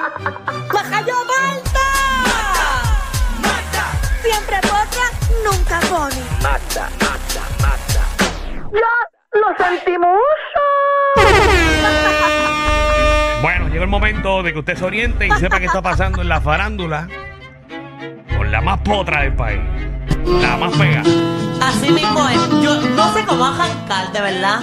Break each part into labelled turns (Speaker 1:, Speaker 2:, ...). Speaker 1: ¡Majayo Malta! ¡Mata! ¡Mata! Siempre potra, nunca pone.
Speaker 2: Mata, mata, mata.
Speaker 1: ¡Ya lo sentimos!
Speaker 3: Bueno, llegó el momento de que usted se oriente y sepa qué está pasando en la farándula con la más potra del país. La más pega.
Speaker 4: Así mismo es. Yo no sé cómo arrancar, de verdad.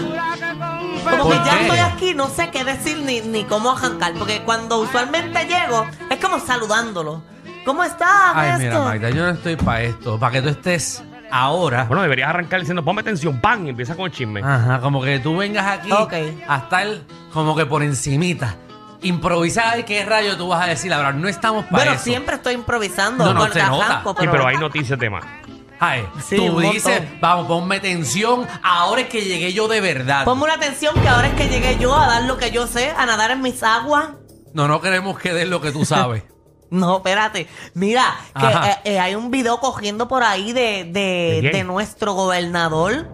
Speaker 4: Como que
Speaker 3: ¿Por
Speaker 4: ya
Speaker 3: qué?
Speaker 4: estoy aquí, no sé qué decir ni, ni cómo arrancar. Porque cuando usualmente llego, es como saludándolo. ¿Cómo estás?
Speaker 5: Ay,
Speaker 4: Ernesto?
Speaker 5: mira, Magda, yo no estoy para esto. Para que tú estés ahora.
Speaker 3: Bueno, deberías arrancar diciendo, ponme atención, pan, y empieza con el chisme.
Speaker 4: Ah,
Speaker 5: Ajá, como que tú vengas aquí
Speaker 4: Ok.
Speaker 5: a estar como que por encimita. Improvisar, ¿qué rayo tú vas a decir? Ahora, no estamos para
Speaker 4: Bueno,
Speaker 5: eso.
Speaker 4: siempre estoy improvisando.
Speaker 5: No, no,
Speaker 4: Bueno,
Speaker 5: se
Speaker 4: te
Speaker 5: nota.
Speaker 4: arranco,
Speaker 5: Sí,
Speaker 3: Sí,
Speaker 4: pero,
Speaker 3: pero hay noticias de más.
Speaker 5: Ay,
Speaker 4: Sí,
Speaker 5: tú
Speaker 4: un montón.
Speaker 5: dices, vamos, ponme atención. Ahora es que llegué yo de verdad.
Speaker 4: ponme una atención que ahora es que llegué yo a dar lo que yo sé, a nadar en mis aguas.
Speaker 5: No, no queremos que des lo que tú sabes.
Speaker 4: No, espérate. Mira, que
Speaker 5: Ajá.
Speaker 4: eh, eh, hay un video cogiendo por ahí de, de-
Speaker 3: ¿De quién?
Speaker 4: de nuestro gobernador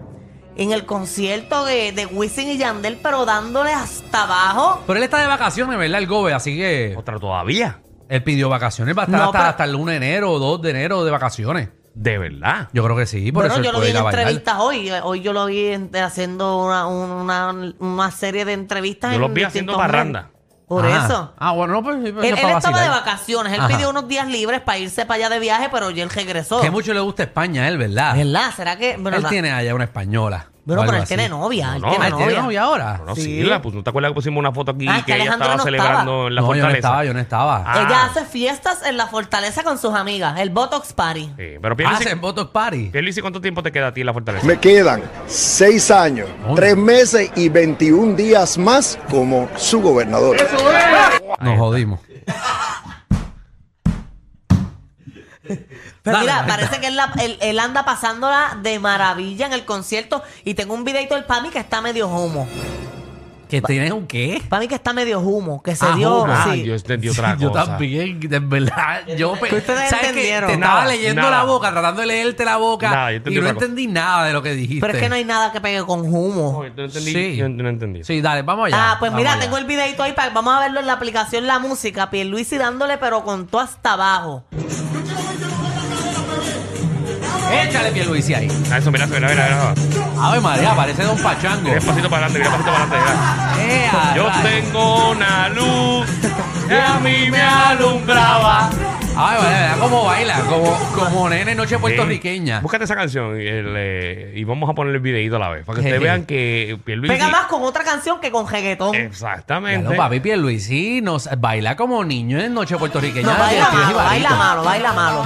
Speaker 4: en el concierto de, de Wisin y Yandel, pero dándole hasta abajo.
Speaker 5: Pero él está de vacaciones, ¿verdad? El Gobe, así que
Speaker 3: Otra todavía.
Speaker 5: él pidió vacaciones. Va a estar
Speaker 4: No,
Speaker 5: hasta,
Speaker 4: pero-
Speaker 5: hasta el 1 de enero o 2 de enero de vacaciones.
Speaker 3: De verdad.
Speaker 5: Yo creo que sí, por
Speaker 4: bueno,
Speaker 5: eso él
Speaker 4: yo lo vi
Speaker 5: puede
Speaker 4: en
Speaker 5: ir a bailar.
Speaker 4: entrevistas hoy. Eh, Hoy yo lo vi en- haciendo una, una- una serie de entrevistas.
Speaker 3: Yo
Speaker 4: en
Speaker 3: los vi haciendo
Speaker 4: distintos medios.
Speaker 3: parranda.
Speaker 4: Por
Speaker 5: Ah.
Speaker 4: eso.
Speaker 5: Ah, bueno, no, pues. pues,
Speaker 4: Él,
Speaker 5: eso
Speaker 4: él
Speaker 5: para
Speaker 4: estaba de
Speaker 5: vacilar.
Speaker 4: vacaciones. Él
Speaker 5: Ajá.
Speaker 4: pidió unos días libres para irse para allá de viaje, pero ya él regresó.
Speaker 5: Que mucho le gusta España, a él, ¿verdad?
Speaker 4: Oh. ¿Verdad? ¿Será que...? Bueno,
Speaker 5: él
Speaker 4: la-
Speaker 5: tiene allá una española.
Speaker 4: bueno,
Speaker 5: o
Speaker 4: pero
Speaker 5: algo
Speaker 4: él
Speaker 5: así.
Speaker 4: tiene novia. él
Speaker 3: No,
Speaker 4: tiene
Speaker 5: él tiene
Speaker 4: novia.
Speaker 5: novia ahora.
Speaker 3: No, no,
Speaker 4: Sí.
Speaker 3: sí, la, pues, ¿no te acuerdas que pusimos una foto aquí
Speaker 4: Ah, es que
Speaker 3: que ella
Speaker 4: Alejandro
Speaker 3: estaba
Speaker 4: no estaba.
Speaker 3: celebrando en la
Speaker 5: No, yo no
Speaker 3: fortaleza?
Speaker 5: estaba, yo no estaba.
Speaker 3: Ah.
Speaker 4: Ella hace fiestas en la fortaleza con sus amigas, el Botox Party.
Speaker 5: Eh,
Speaker 3: Sí, pero
Speaker 5: Hace
Speaker 3: Pierluisi,
Speaker 5: votos party.
Speaker 3: Pierluisi, ¿cuánto tiempo te queda a ti en la fortaleza?
Speaker 6: Me quedan seis años,
Speaker 5: Hombre.
Speaker 6: tres meses y 21 días más como su gobernador.
Speaker 5: Nos jodimos.
Speaker 4: Pero
Speaker 5: Dale,
Speaker 4: mira,
Speaker 5: Magda.
Speaker 4: parece que él, la- él- él anda pasándola de maravilla en el concierto y tengo un videito del Pami que está medio humo.
Speaker 5: ¿Que tienes un qué?
Speaker 4: Pami que está medio humo, que se
Speaker 5: Ah,
Speaker 4: dio...
Speaker 5: humo.
Speaker 3: Ah,
Speaker 4: sí.
Speaker 3: yo entendí otra
Speaker 5: Yo
Speaker 3: cosa.
Speaker 5: también, de verdad. Yo pe-
Speaker 4: Que ustedes
Speaker 5: ¿Sabes qué?
Speaker 4: entendieron.
Speaker 5: Te estaba
Speaker 3: Nada,
Speaker 5: leyendo
Speaker 3: nada.
Speaker 5: la boca, tratando de leerte la boca.
Speaker 3: Nada, yo entendí
Speaker 5: y no
Speaker 3: otra cosa.
Speaker 5: entendí nada de lo que dijiste.
Speaker 4: Pero es que no hay nada que pegue con
Speaker 3: No,
Speaker 4: humo.
Speaker 3: yo no entendí.
Speaker 5: Sí.
Speaker 3: Yo no entendí.
Speaker 5: Sí, dale, vamos allá.
Speaker 4: ah, pues mira, tengo el videito ahí, para, vamos a verlo en la aplicación La Música, Pierluisi dándole pero con todo hasta abajo.
Speaker 5: Échale Pierluisi ahí.
Speaker 3: Ah, eso, mira, mira, mira. mira.
Speaker 5: Ave María, parece Don Pachango.
Speaker 3: Mira, pasito para adelante, mira, pasito para adelante. mira.
Speaker 5: Eh, a
Speaker 3: Yo
Speaker 5: rayos.
Speaker 3: tengo una luz que a mí me alumbraba.
Speaker 5: Ay, vale, vale, cómo baila, como, como nene noche puertorriqueña.
Speaker 3: Búscate esa canción y, el, eh, y vamos a poner el videito a la vez. Para que ustedes vean que Pierluisi...
Speaker 4: Pega más con otra canción que con reggaetón.
Speaker 5: Eh,
Speaker 3: Exactamente.
Speaker 5: Claro, papi Pierluisi nos baila como niño en noche puertorriqueña.
Speaker 4: no, baila
Speaker 5: Tiene
Speaker 4: malo,
Speaker 5: jibarito.
Speaker 4: baila malo, baila malo.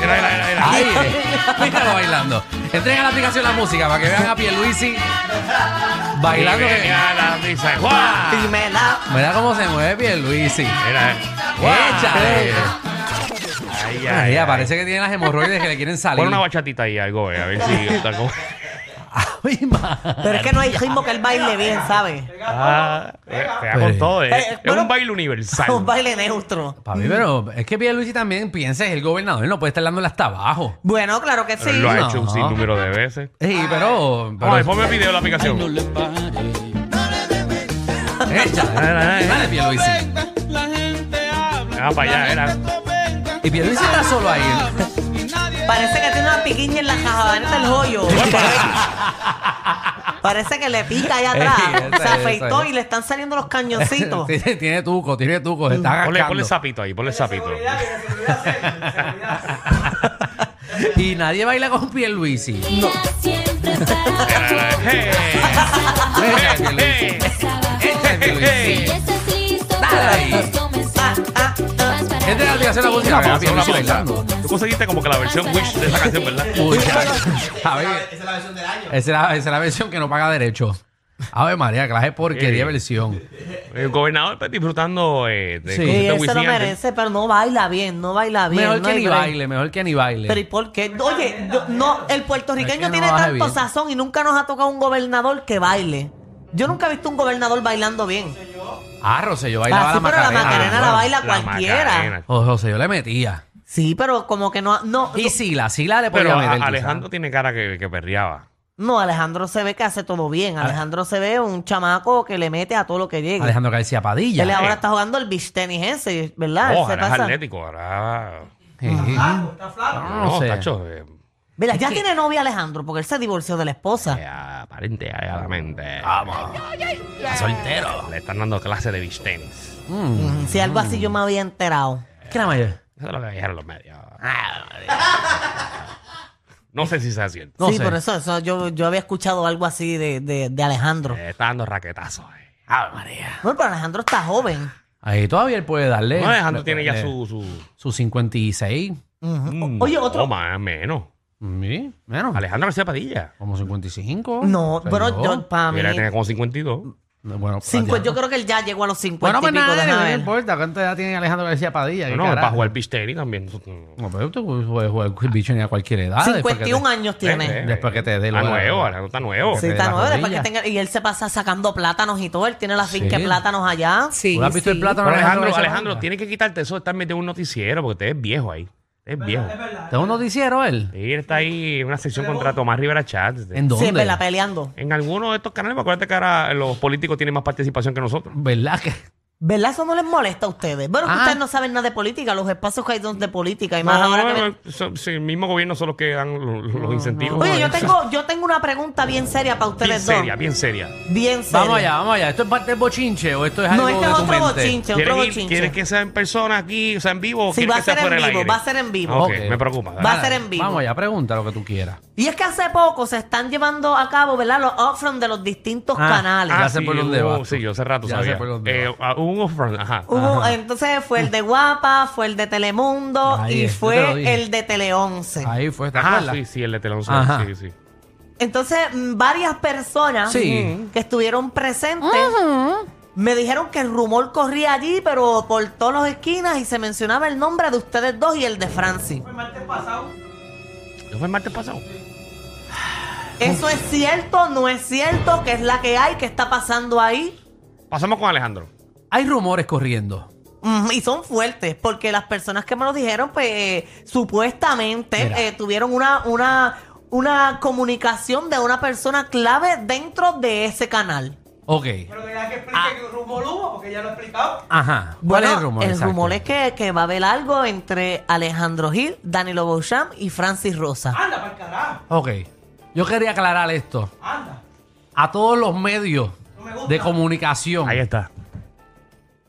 Speaker 3: Mira, mira, mira, mira.
Speaker 5: Ay, eh, míralo bailando. Entrega la aplicación la música para que vean a Pierluisi bailando.
Speaker 3: Y
Speaker 5: que-
Speaker 3: venía la risa. ¡Guau!
Speaker 4: Dímela.
Speaker 5: Mira cómo se mueve Pierluisi.
Speaker 3: Mira, eh.
Speaker 5: Échale.
Speaker 3: Ay, ay,
Speaker 5: Ay,
Speaker 3: ay.
Speaker 5: parece que tiene las hemorroides que le quieren salir.
Speaker 3: Pon una bachatita ahí, algo, eh, a ver si está como...
Speaker 5: Ay, madre.
Speaker 4: Pero es que no hay ritmo que él baile bien, ¿sabes?
Speaker 3: Ah, eh, pega
Speaker 5: Pero-
Speaker 3: con todo, eh.
Speaker 4: Eh,
Speaker 3: Es
Speaker 4: bueno,
Speaker 3: un baile universal.
Speaker 4: Un baile neutro.
Speaker 5: Papi, pero es que Pierluisi también piensa es el gobernador, no puede estar dándole hasta abajo.
Speaker 4: Bueno, claro que sí.
Speaker 3: Pero Lo ha
Speaker 5: no.
Speaker 3: hecho un sinnúmero de veces.
Speaker 5: Sí, pero. pero-
Speaker 3: Vamos, ponme el video de la aplicación.
Speaker 5: Échale. Dale, Pierluisi.
Speaker 3: Ah, para allá, era.
Speaker 5: Y Pierluisi está solo ahí.
Speaker 4: Parece que tiene una piquiña en la cajabaneta del hoyo. Parece que le pica allá
Speaker 5: Ey,
Speaker 4: atrás.
Speaker 5: esa
Speaker 4: Se
Speaker 5: es,
Speaker 4: afeitó
Speaker 5: esa es.
Speaker 4: y le están saliendo los cañoncitos.
Speaker 5: tiene, tiene tuco, tiene tuco, se está
Speaker 3: Ponle, ponle
Speaker 5: agarrando.
Speaker 3: sapito ahí, ponle sapito.
Speaker 5: Y nadie baila con Pierluisi.
Speaker 3: Eh, Hey,
Speaker 5: Venga,
Speaker 3: eh,
Speaker 5: Pierluisi.
Speaker 3: hey.
Speaker 5: Échale, Pierluisi.
Speaker 4: Ah, ah, ah.
Speaker 5: Entra en ah, la aplicación de la música.
Speaker 3: Una
Speaker 5: venga,
Speaker 3: pausa, una
Speaker 5: Pierluisi
Speaker 3: pausa.
Speaker 5: bailando.
Speaker 3: Tú conseguiste como que la versión Wish de esa canción, ¿verdad?
Speaker 5: Muchacho. A ver,
Speaker 7: Esa es la versión del año.
Speaker 5: esa es la, esa es la versión que no paga derecho. Ave María, clase de porquería
Speaker 3: Sí.
Speaker 5: versión.
Speaker 3: El gobernador está disfrutando eh, de
Speaker 5: Sí.
Speaker 4: Él
Speaker 3: concierto de
Speaker 4: se lo
Speaker 3: Wisin Yandel.
Speaker 4: merece, pero no baila bien, no baila bien.
Speaker 5: Mejor
Speaker 4: no
Speaker 5: que
Speaker 4: hay
Speaker 5: ni
Speaker 4: break.
Speaker 5: baile, mejor que
Speaker 4: Pero
Speaker 5: ni
Speaker 4: ¿y
Speaker 5: baile.
Speaker 4: por qué? Oye, yo- no, el
Speaker 5: Es
Speaker 4: puertorriqueño
Speaker 5: que no
Speaker 4: tiene
Speaker 5: baja
Speaker 4: tanto
Speaker 5: bien.
Speaker 4: sazón y nunca nos ha tocado un gobernador que baile. Yo nunca he visto un gobernador bailando bien.
Speaker 5: Ah, Rosselló bailaba
Speaker 4: Ah, sí,
Speaker 5: la
Speaker 4: pero la Macarena
Speaker 5: Macarena.
Speaker 4: la baila
Speaker 3: La
Speaker 4: cualquiera.
Speaker 3: Macarena.
Speaker 5: O Rosselló le metía.
Speaker 4: Sí, pero como que no, no,
Speaker 5: Y Sila, Sila le
Speaker 3: Pero
Speaker 5: podía
Speaker 3: a-
Speaker 5: meter. quizá.
Speaker 3: Alejandro tiene cara que, que perreaba.
Speaker 4: No, Alejandro se ve que hace todo bien. Alejandro se ve un chamaco que le mete a todo lo que llegue.
Speaker 5: Alejandro García Padilla.
Speaker 4: Él ahora
Speaker 3: eh.
Speaker 4: está jugando el beach tenis ese, ¿verdad? Él
Speaker 3: Oh,
Speaker 4: se
Speaker 3: ahora es
Speaker 4: pasa-
Speaker 3: atlético, ahora.
Speaker 5: Está flaco.
Speaker 3: No,
Speaker 5: No, sé.
Speaker 3: tacho, eh,
Speaker 4: Mira, ya tiene novia Alejandro porque él se divorció de la esposa.
Speaker 3: eh, aparente, alegadamente.
Speaker 5: Vamos. Está soltero.
Speaker 3: Le están dando clase de beach tenis.
Speaker 4: Mm, Si algo así yo me había enterado.
Speaker 5: ¿Qué era mayor?
Speaker 3: Eso es lo que dijeron los medios. No sé si sea cierto.
Speaker 5: No
Speaker 4: sí,
Speaker 5: sé.
Speaker 4: por eso, eso yo, yo había escuchado algo así de, de- de Alejandro.
Speaker 3: Le está dando raquetazos. eh.
Speaker 5: Ah, María.
Speaker 4: No, pero Alejandro está joven.
Speaker 5: Ahí todavía él puede darle.
Speaker 3: No, Alejandro tiene ya
Speaker 5: eh,
Speaker 3: su. su
Speaker 5: Su 56.
Speaker 3: Mm,
Speaker 4: Oye, otro-
Speaker 3: No, más, menos.
Speaker 5: Sí, menos.
Speaker 3: Alejandro García Padilla.
Speaker 5: Como 55.
Speaker 4: No,
Speaker 5: Seis,
Speaker 4: pero
Speaker 5: dos.
Speaker 4: yo, para mí.
Speaker 3: Mira, tiene como 52.
Speaker 5: No, Bueno,
Speaker 4: cincu-
Speaker 5: adiós.
Speaker 4: yo creo que él ya llegó a los 50
Speaker 5: Bueno, pues
Speaker 4: y pico,
Speaker 5: nada,
Speaker 4: déjame
Speaker 5: no
Speaker 4: ver.
Speaker 5: importa. ¿Cuánta edad tiene Alejandro García Padilla? ¿Qué
Speaker 3: No, para
Speaker 5: carajo?
Speaker 3: jugar beach tenis también. mm,
Speaker 5: No, pero tú puedes jugar bicho ni a cualquier edad. Ah, después que te-
Speaker 4: 51 años tiene.
Speaker 3: Eh,
Speaker 5: Después que te dé
Speaker 3: Está
Speaker 5: lo-
Speaker 3: nuevo, Alejandro está nuevo.
Speaker 4: Sí,
Speaker 5: te dé
Speaker 4: está
Speaker 5: la
Speaker 4: nueve, después que
Speaker 5: rodilla.
Speaker 4: tenga- Y él se pasa sacando plátanos y todo. Él tiene la finca
Speaker 5: Sí.
Speaker 4: de plátanos allá.
Speaker 7: Sí,
Speaker 5: ¿Tú has visto
Speaker 7: sí.
Speaker 5: el plátano?
Speaker 3: Pero Alejandro,
Speaker 5: García
Speaker 3: Alejandro,
Speaker 5: Padilla?
Speaker 3: tienes que quitarte eso de estar metido en un noticiero porque usted es viejo ahí. Usted es viejo.
Speaker 5: ¿Tengo un noticiero él?
Speaker 3: Sí, él está ahí en una sección contra Tomás Rivera Chat.
Speaker 5: ¿En dónde?
Speaker 4: Siempre la peleando.
Speaker 3: En alguno de estos canales, porque acuérdate que ahora los políticos tienen más participación que nosotros.
Speaker 5: ¿Verdad que?
Speaker 4: ¿Verdad? Eso no les molesta a ustedes. Bueno, es que
Speaker 5: Ah.
Speaker 4: ustedes no saben nada de política. Los espacios que hay son de política. Y
Speaker 3: No,
Speaker 4: más ahora que-
Speaker 3: no, no, son- sí, el mismo gobierno son los que dan lo- los, incentivos.
Speaker 4: Oye, yo tengo, yo tengo una pregunta bien seria para
Speaker 3: Bien
Speaker 4: ustedes dos.
Speaker 3: seria, bien seria.
Speaker 4: Bien seria.
Speaker 5: Vamos allá, vamos allá. ¿Esto es parte del bochinche o esto es algo
Speaker 4: No, este
Speaker 5: de
Speaker 4: es
Speaker 5: tu
Speaker 4: otro
Speaker 5: mente?
Speaker 4: bochinche, otro
Speaker 3: ¿Quieren ir-
Speaker 4: bochinche.
Speaker 3: ¿Quieres que sea en persona aquí, o sea, en vivo? o
Speaker 4: Sí,
Speaker 3: quieres
Speaker 4: va
Speaker 3: que
Speaker 4: a
Speaker 3: sea
Speaker 4: ser en
Speaker 3: fuera del
Speaker 4: vivo,
Speaker 3: aire? Ah.
Speaker 4: va a ser en vivo.
Speaker 3: Ok,
Speaker 5: Ok.
Speaker 3: me preocupa.
Speaker 4: Va
Speaker 3: dale.
Speaker 4: a ser en vivo.
Speaker 5: Vamos allá, pregunta lo que tú quieras.
Speaker 4: Y es que hace poco se están llevando a cabo, ¿verdad? Los upfront de los distintos
Speaker 5: Ah,
Speaker 4: canales.
Speaker 5: Ya sé por
Speaker 3: sí,
Speaker 5: dónde
Speaker 3: hubo-
Speaker 5: vas tú.
Speaker 3: Sí, yo hace rato
Speaker 5: Ya sé
Speaker 3: sabía.
Speaker 5: por dónde
Speaker 3: Eh, ah, hubo un off-front, ajá.
Speaker 4: Hubo- entonces fue el de Guapa, fue el de Telemundo
Speaker 5: Ahí
Speaker 4: y
Speaker 5: es, yo te lo
Speaker 4: fue
Speaker 5: dije.
Speaker 4: el de Tele 11.
Speaker 5: Ahí fue, ¿te
Speaker 3: Ajá,
Speaker 5: acuerdas?
Speaker 3: sí, sí, el de Telón
Speaker 5: Ajá.
Speaker 3: Sí, sí.
Speaker 4: Entonces, mm, varias personas
Speaker 5: Sí.
Speaker 4: que estuvieron presentes me dijeron que el rumor corría allí, pero por todas las esquinas y se mencionaba el nombre de ustedes dos y el de Francis.
Speaker 3: ¿No fue el martes pasado?
Speaker 4: ¿Eso es cierto? ¿No es cierto? ¿Qué es la que hay? ¿Qué está pasando ahí?
Speaker 3: Pasamos con Alejandro.
Speaker 5: Hay rumores corriendo.
Speaker 4: Mm, y son fuertes, porque las personas que me lo dijeron, pues eh, supuestamente
Speaker 5: Mira.
Speaker 4: eh, tuvieron una, una, una comunicación de una persona clave dentro de ese canal.
Speaker 5: Ok.
Speaker 8: Pero que ya que explique
Speaker 4: Ah.
Speaker 8: que rumor hubo, porque ya lo he explicado.
Speaker 5: Ajá. ¿Cuál
Speaker 4: Bueno,
Speaker 5: es el rumor? exacto?
Speaker 4: es que, que va a haber algo entre Alejandro Gil, Danilo Beauchamp y Francis
Speaker 5: Ah,
Speaker 4: Rosa.
Speaker 8: Anda, para el carajo,
Speaker 5: Ok. Yo quería aclarar esto.
Speaker 8: anda.
Speaker 5: A todos los medios
Speaker 8: No me gusta.
Speaker 5: de comunicación,
Speaker 3: Ahí está.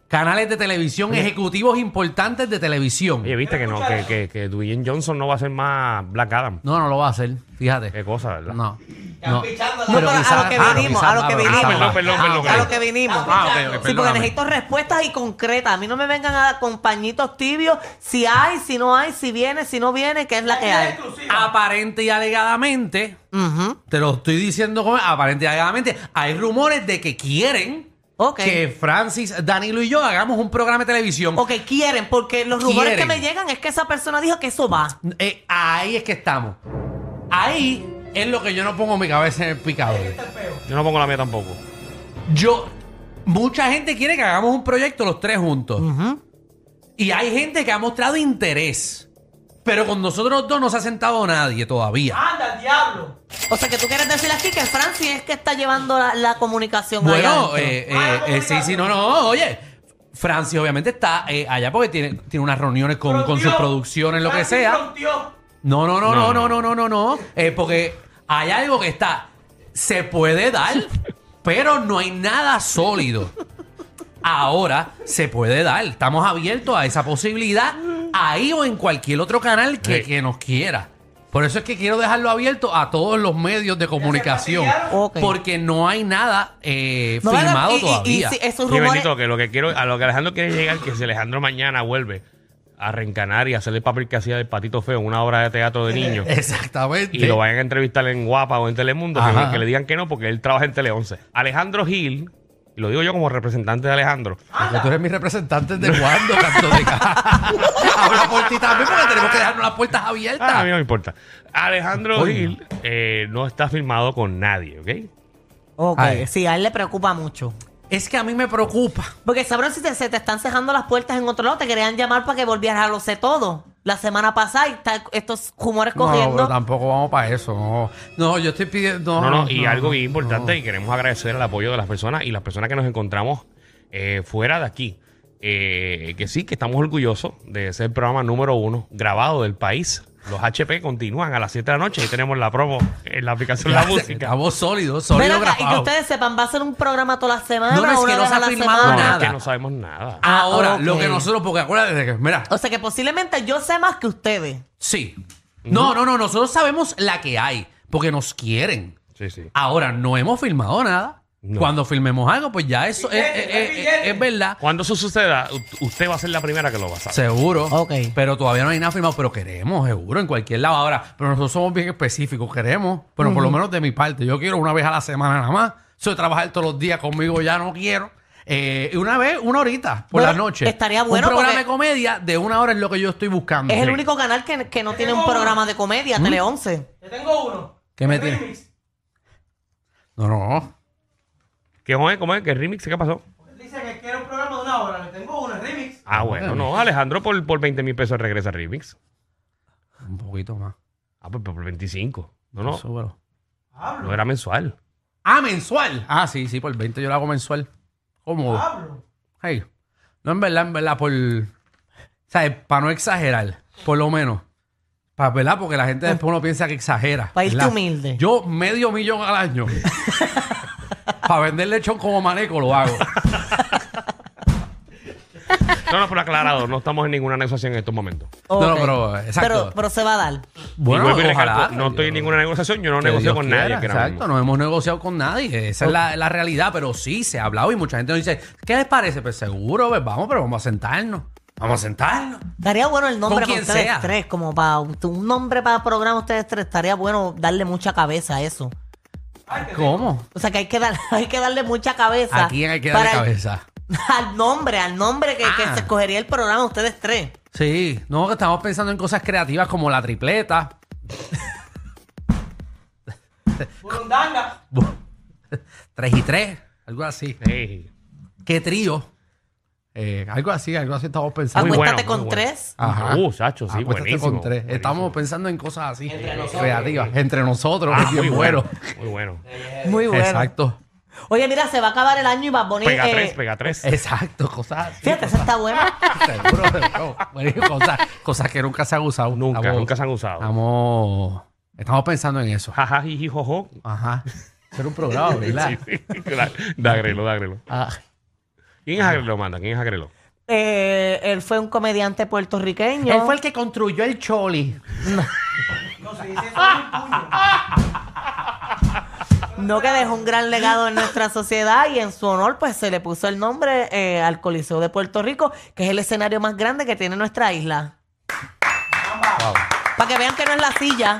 Speaker 5: canales de televisión, ejecutivos importantes de televisión.
Speaker 3: Oye, viste que no, que, que, que Dwayne Johnson no va a ser más Black Adam.
Speaker 5: No, no lo va a hacer.
Speaker 3: Qué
Speaker 5: Fíjate.
Speaker 3: cosa, ¿verdad?
Speaker 5: No.
Speaker 8: Están
Speaker 5: no.
Speaker 8: pichando
Speaker 4: No, pero a
Speaker 5: quizás-
Speaker 4: lo que
Speaker 5: ah,
Speaker 4: vinimos,
Speaker 5: quizás-
Speaker 4: a lo que
Speaker 5: ah,
Speaker 4: vinimos.
Speaker 3: perdón, perdón,
Speaker 5: Ah,
Speaker 3: perdón.
Speaker 4: A
Speaker 5: ok.
Speaker 4: lo que vinimos.
Speaker 5: Ah, ok, ok,
Speaker 4: Sí, porque
Speaker 5: perdóname.
Speaker 4: necesito respuestas y concretas. A mí no me vengan a compañitos tibios si hay, si no hay, si viene, si no viene, que es la que hay. Ah.
Speaker 5: Aparente y alegadamente,
Speaker 4: Ujú.
Speaker 5: te lo estoy diciendo como aparente y alegadamente, hay rumores de que quieren
Speaker 4: Ok.
Speaker 5: que Francis, Danilo y yo hagamos un programa de televisión.
Speaker 4: Ok, quieren, porque los rumores
Speaker 5: Quieren.
Speaker 4: que me llegan es que esa persona dijo que eso va.
Speaker 5: Eh, ahí es que estamos. Ahí es lo que yo no pongo mi cabeza en el picador.
Speaker 3: Yo no pongo la mía tampoco.
Speaker 5: Yo, mucha gente quiere que hagamos un proyecto los tres juntos. Y hay gente que ha mostrado interés. Pero con nosotros dos no se ha sentado nadie todavía.
Speaker 8: Anda, el diablo.
Speaker 4: O sea, que tú quieres decir aquí que Francis es que está llevando la, la comunicación
Speaker 5: Bueno,
Speaker 4: allá.
Speaker 5: eh, eh, eh, sí, sí, no, no, oye. Francis obviamente está eh, allá porque tiene, tiene unas reuniones con, con sus
Speaker 8: Fronteó.
Speaker 5: producciones, lo que
Speaker 8: Francis
Speaker 5: sea.
Speaker 8: fronteó.
Speaker 5: No, no, no,
Speaker 3: No,
Speaker 5: no, no, no, no, no, no. Eh, porque hay algo que está. Se puede dar, pero no hay nada sólido. Ahora se puede dar. Estamos abiertos a esa posibilidad ahí o en cualquier otro canal que,
Speaker 3: Sí.
Speaker 5: que nos quiera. Por eso es que quiero dejarlo abierto a todos los medios de comunicación.
Speaker 8: fastidiaron.
Speaker 4: Ok.
Speaker 5: Porque no hay nada eh,
Speaker 4: No,
Speaker 5: firmado
Speaker 4: y- y- y
Speaker 5: todavía.
Speaker 4: si esos
Speaker 3: Oye,
Speaker 4: rumores.
Speaker 3: bendito, que lo que quiero, a lo que Alejandro quiere llegar, que si Alejandro mañana vuelve a reencanar y a hacer el papel que hacía del patito feo en una obra de teatro
Speaker 5: Eh,
Speaker 3: de niños.
Speaker 5: Exactamente.
Speaker 3: Y lo vayan a entrevistar en Guapa o en Telemundo,
Speaker 5: eh. Ajá.
Speaker 3: que, que le digan que no, porque él trabaja en Tele 11. Alejandro Gil, y lo digo yo como representante de Alejandro,
Speaker 5: Porque tú eres mi representante de cuándo, canto de ca- Habla por ti también porque tenemos que dejarnos las puertas abiertas.
Speaker 3: Ah, a mí no me importa. Alejandro
Speaker 5: Coño.
Speaker 3: Gil eh, no está firmado con nadie, ¿ok?
Speaker 4: Ok,
Speaker 5: Ay.
Speaker 4: sí, a él le preocupa mucho.
Speaker 5: Es que a mí me preocupa.
Speaker 4: Porque sabrán si te- se te están cejando las puertas en otro lado, te querían llamar para que volvieras a lo sé todo. la semana pasada y está estos rumores
Speaker 5: No,
Speaker 4: corriendo.
Speaker 5: pero tampoco vamos para eso. No, No, yo estoy pidiendo.
Speaker 3: No, no, y algo bien
Speaker 5: no.
Speaker 3: importante, y queremos agradecer el apoyo de las personas y las personas que nos encontramos eh, fuera de aquí. Eh, que sí, que estamos orgullosos de ser el programa número uno grabado del país. Los HP continúan a las 7 de la noche y tenemos la promo en la aplicación de la música.
Speaker 5: Estamos sólidos,
Speaker 4: Ven
Speaker 5: sólidos
Speaker 4: acá, y que
Speaker 5: grabados.
Speaker 4: ustedes sepan, va a ser un programa toda la semana.
Speaker 5: No, no, es
Speaker 4: una
Speaker 5: que no
Speaker 4: vez
Speaker 5: se
Speaker 4: a
Speaker 5: ha
Speaker 4: la
Speaker 5: filmado
Speaker 4: semana.
Speaker 3: No, es
Speaker 5: nada.
Speaker 3: que no sabemos nada.
Speaker 5: Ahora, lo
Speaker 4: ok.
Speaker 5: que nosotros, porque acuérdate que, mira,
Speaker 4: O sea que posiblemente yo sé más que ustedes.
Speaker 5: sí. No, no, no, nosotros sabemos la que hay, porque nos quieren.
Speaker 3: Sí, sí.
Speaker 5: Ahora, no hemos filmado nada.
Speaker 3: No.
Speaker 5: Cuando filmemos algo, pues ya eso es,
Speaker 8: Billete,
Speaker 5: es- es-
Speaker 8: billete.
Speaker 5: es verdad.
Speaker 3: Cuando eso suceda, u- usted va a ser la primera que lo va a saber.
Speaker 5: Seguro.
Speaker 4: Ok.
Speaker 5: Pero todavía no hay nada firmado, pero queremos, seguro, en cualquier lado. Ahora, pero nosotros somos bien específicos, queremos, pero por lo menos de mi parte, yo quiero una vez a la semana nada más. Eso de trabajar todos los días conmigo ya no quiero. Eh, y una vez, una horita por
Speaker 4: Bueno,
Speaker 5: la noche.
Speaker 4: estaría bueno
Speaker 5: Un programa
Speaker 4: porque-
Speaker 5: de comedia de una hora es lo que yo estoy buscando.
Speaker 4: Es el
Speaker 3: Sí.
Speaker 4: único canal que, que no tiene un
Speaker 8: Tengo-
Speaker 4: programa de comedia, Tele 11.
Speaker 8: Yo tengo uno.
Speaker 5: ¿Qué me
Speaker 8: Un
Speaker 5: tiene?
Speaker 8: remix.
Speaker 5: No, no.
Speaker 3: ¿Qué, cómo es? ¿Cómo es? ¿Qué remix? ¿Qué pasó?
Speaker 8: Dice que quiere un programa de una hora. Le tengo uno, el remix.
Speaker 3: Ah, bueno, no, Alejandro por, por 20 mil pesos regresa remix.
Speaker 5: Un poquito más.
Speaker 3: Ah, pues por 25. No, no,
Speaker 5: Eso, pero-
Speaker 3: no
Speaker 8: Hablo,
Speaker 3: era mensual.
Speaker 5: Ah, mensual. Ah, sí, sí, por 20 yo lo hago mensual. Cómodo.
Speaker 8: hablo.
Speaker 5: Hey, no, en verdad, en verdad, por. ¿Sabes? Para no exagerar, por lo menos. Para, ¿verdad? Porque la gente después uno piensa que exagera.
Speaker 4: Pa' Pues, irte
Speaker 5: ¿verdad?
Speaker 4: humilde.
Speaker 5: Yo medio millón al año. para vender lechón como maneco lo hago.
Speaker 3: No, no, pero aclarado, no estamos en ninguna negociación en estos momentos.
Speaker 5: No, no,
Speaker 4: Ok.
Speaker 5: pero, exacto.
Speaker 4: Pero, pero se va a dar.
Speaker 3: Y vuelvo y recalco,
Speaker 5: ojalá.
Speaker 3: no estoy en ninguna negociación, yo no
Speaker 5: Que
Speaker 3: negocio
Speaker 5: Dios
Speaker 3: con
Speaker 5: quiera,
Speaker 3: nadie. que ahora
Speaker 5: Exacto,
Speaker 3: mismo.
Speaker 5: no hemos negociado con nadie. Esa es la, la realidad, pero sí se ha hablado y mucha gente nos dice, ¿qué les parece? Pues seguro, pues vamos, pero vamos a sentarnos. Vamos a sentarnos.
Speaker 4: Estaría bueno el nombre para
Speaker 5: Con quien
Speaker 4: ustedes
Speaker 5: sea.
Speaker 4: tres, como para un nombre para programa ustedes tres. Estaría bueno darle mucha cabeza a eso.
Speaker 8: Ay, qué rico.
Speaker 5: ¿Cómo?
Speaker 4: O sea que hay que, dar, hay que darle mucha cabeza.
Speaker 5: ¿A quién hay que darle
Speaker 4: para el-
Speaker 5: cabeza?
Speaker 4: Al nombre, al nombre que, que
Speaker 5: Ah.
Speaker 4: se escogería el programa ustedes tres.
Speaker 5: Sí, no, que estamos pensando en cosas creativas como la tripleta.
Speaker 8: Burundanga.
Speaker 5: bu- Tres y tres, algo así.
Speaker 3: Ey,
Speaker 5: ¿Qué trío? Eh, algo así, algo así estamos pensando.
Speaker 3: Ah, Muy
Speaker 4: Acuéstate
Speaker 3: bueno, muy
Speaker 4: con
Speaker 3: bueno.
Speaker 4: tres.
Speaker 3: Uh, Sacho, sí,
Speaker 5: Acuéstate
Speaker 3: buenísimo,
Speaker 5: con tres.
Speaker 3: buenísimo.
Speaker 5: Estamos pensando en cosas así, creativas, entre nosotros.
Speaker 3: ah,
Speaker 5: es bien
Speaker 3: muy
Speaker 5: bueno.
Speaker 3: bueno. Muy bueno.
Speaker 4: Muy bueno.
Speaker 5: Exacto,
Speaker 4: Oye, mira, se va a acabar el año y va a poner.
Speaker 3: Pega tres, pega tres.
Speaker 5: eh, exacto, cosas así.
Speaker 4: Fíjate, esa está buena.
Speaker 5: Seguro, seguro. Bueno, cosas, cosas que nunca se han usado.
Speaker 3: Nunca,
Speaker 5: Estamos-
Speaker 3: nunca se han usado.
Speaker 5: Estamos, estamos pensando en eso.
Speaker 3: Jaja, jiji, jojo.
Speaker 5: Ajá. Ser un programa, ¿verdad?
Speaker 3: Sí, sí. Da- da Agrelo, da Agrelo.
Speaker 5: Ah.
Speaker 3: ¿Quién es Agrelo, manda? ¿Quién es Agrelo?
Speaker 4: Eh, él fue un comediante puertorriqueño.
Speaker 5: Él fue el que construyó el choli.
Speaker 8: No sé, dice eso es un puño.
Speaker 4: No que dejó un gran legado en nuestra sociedad y en su honor pues se le puso el nombre eh, al Coliseo de Puerto Rico, que es el escenario más grande que tiene nuestra isla. Para que vean que no es la silla.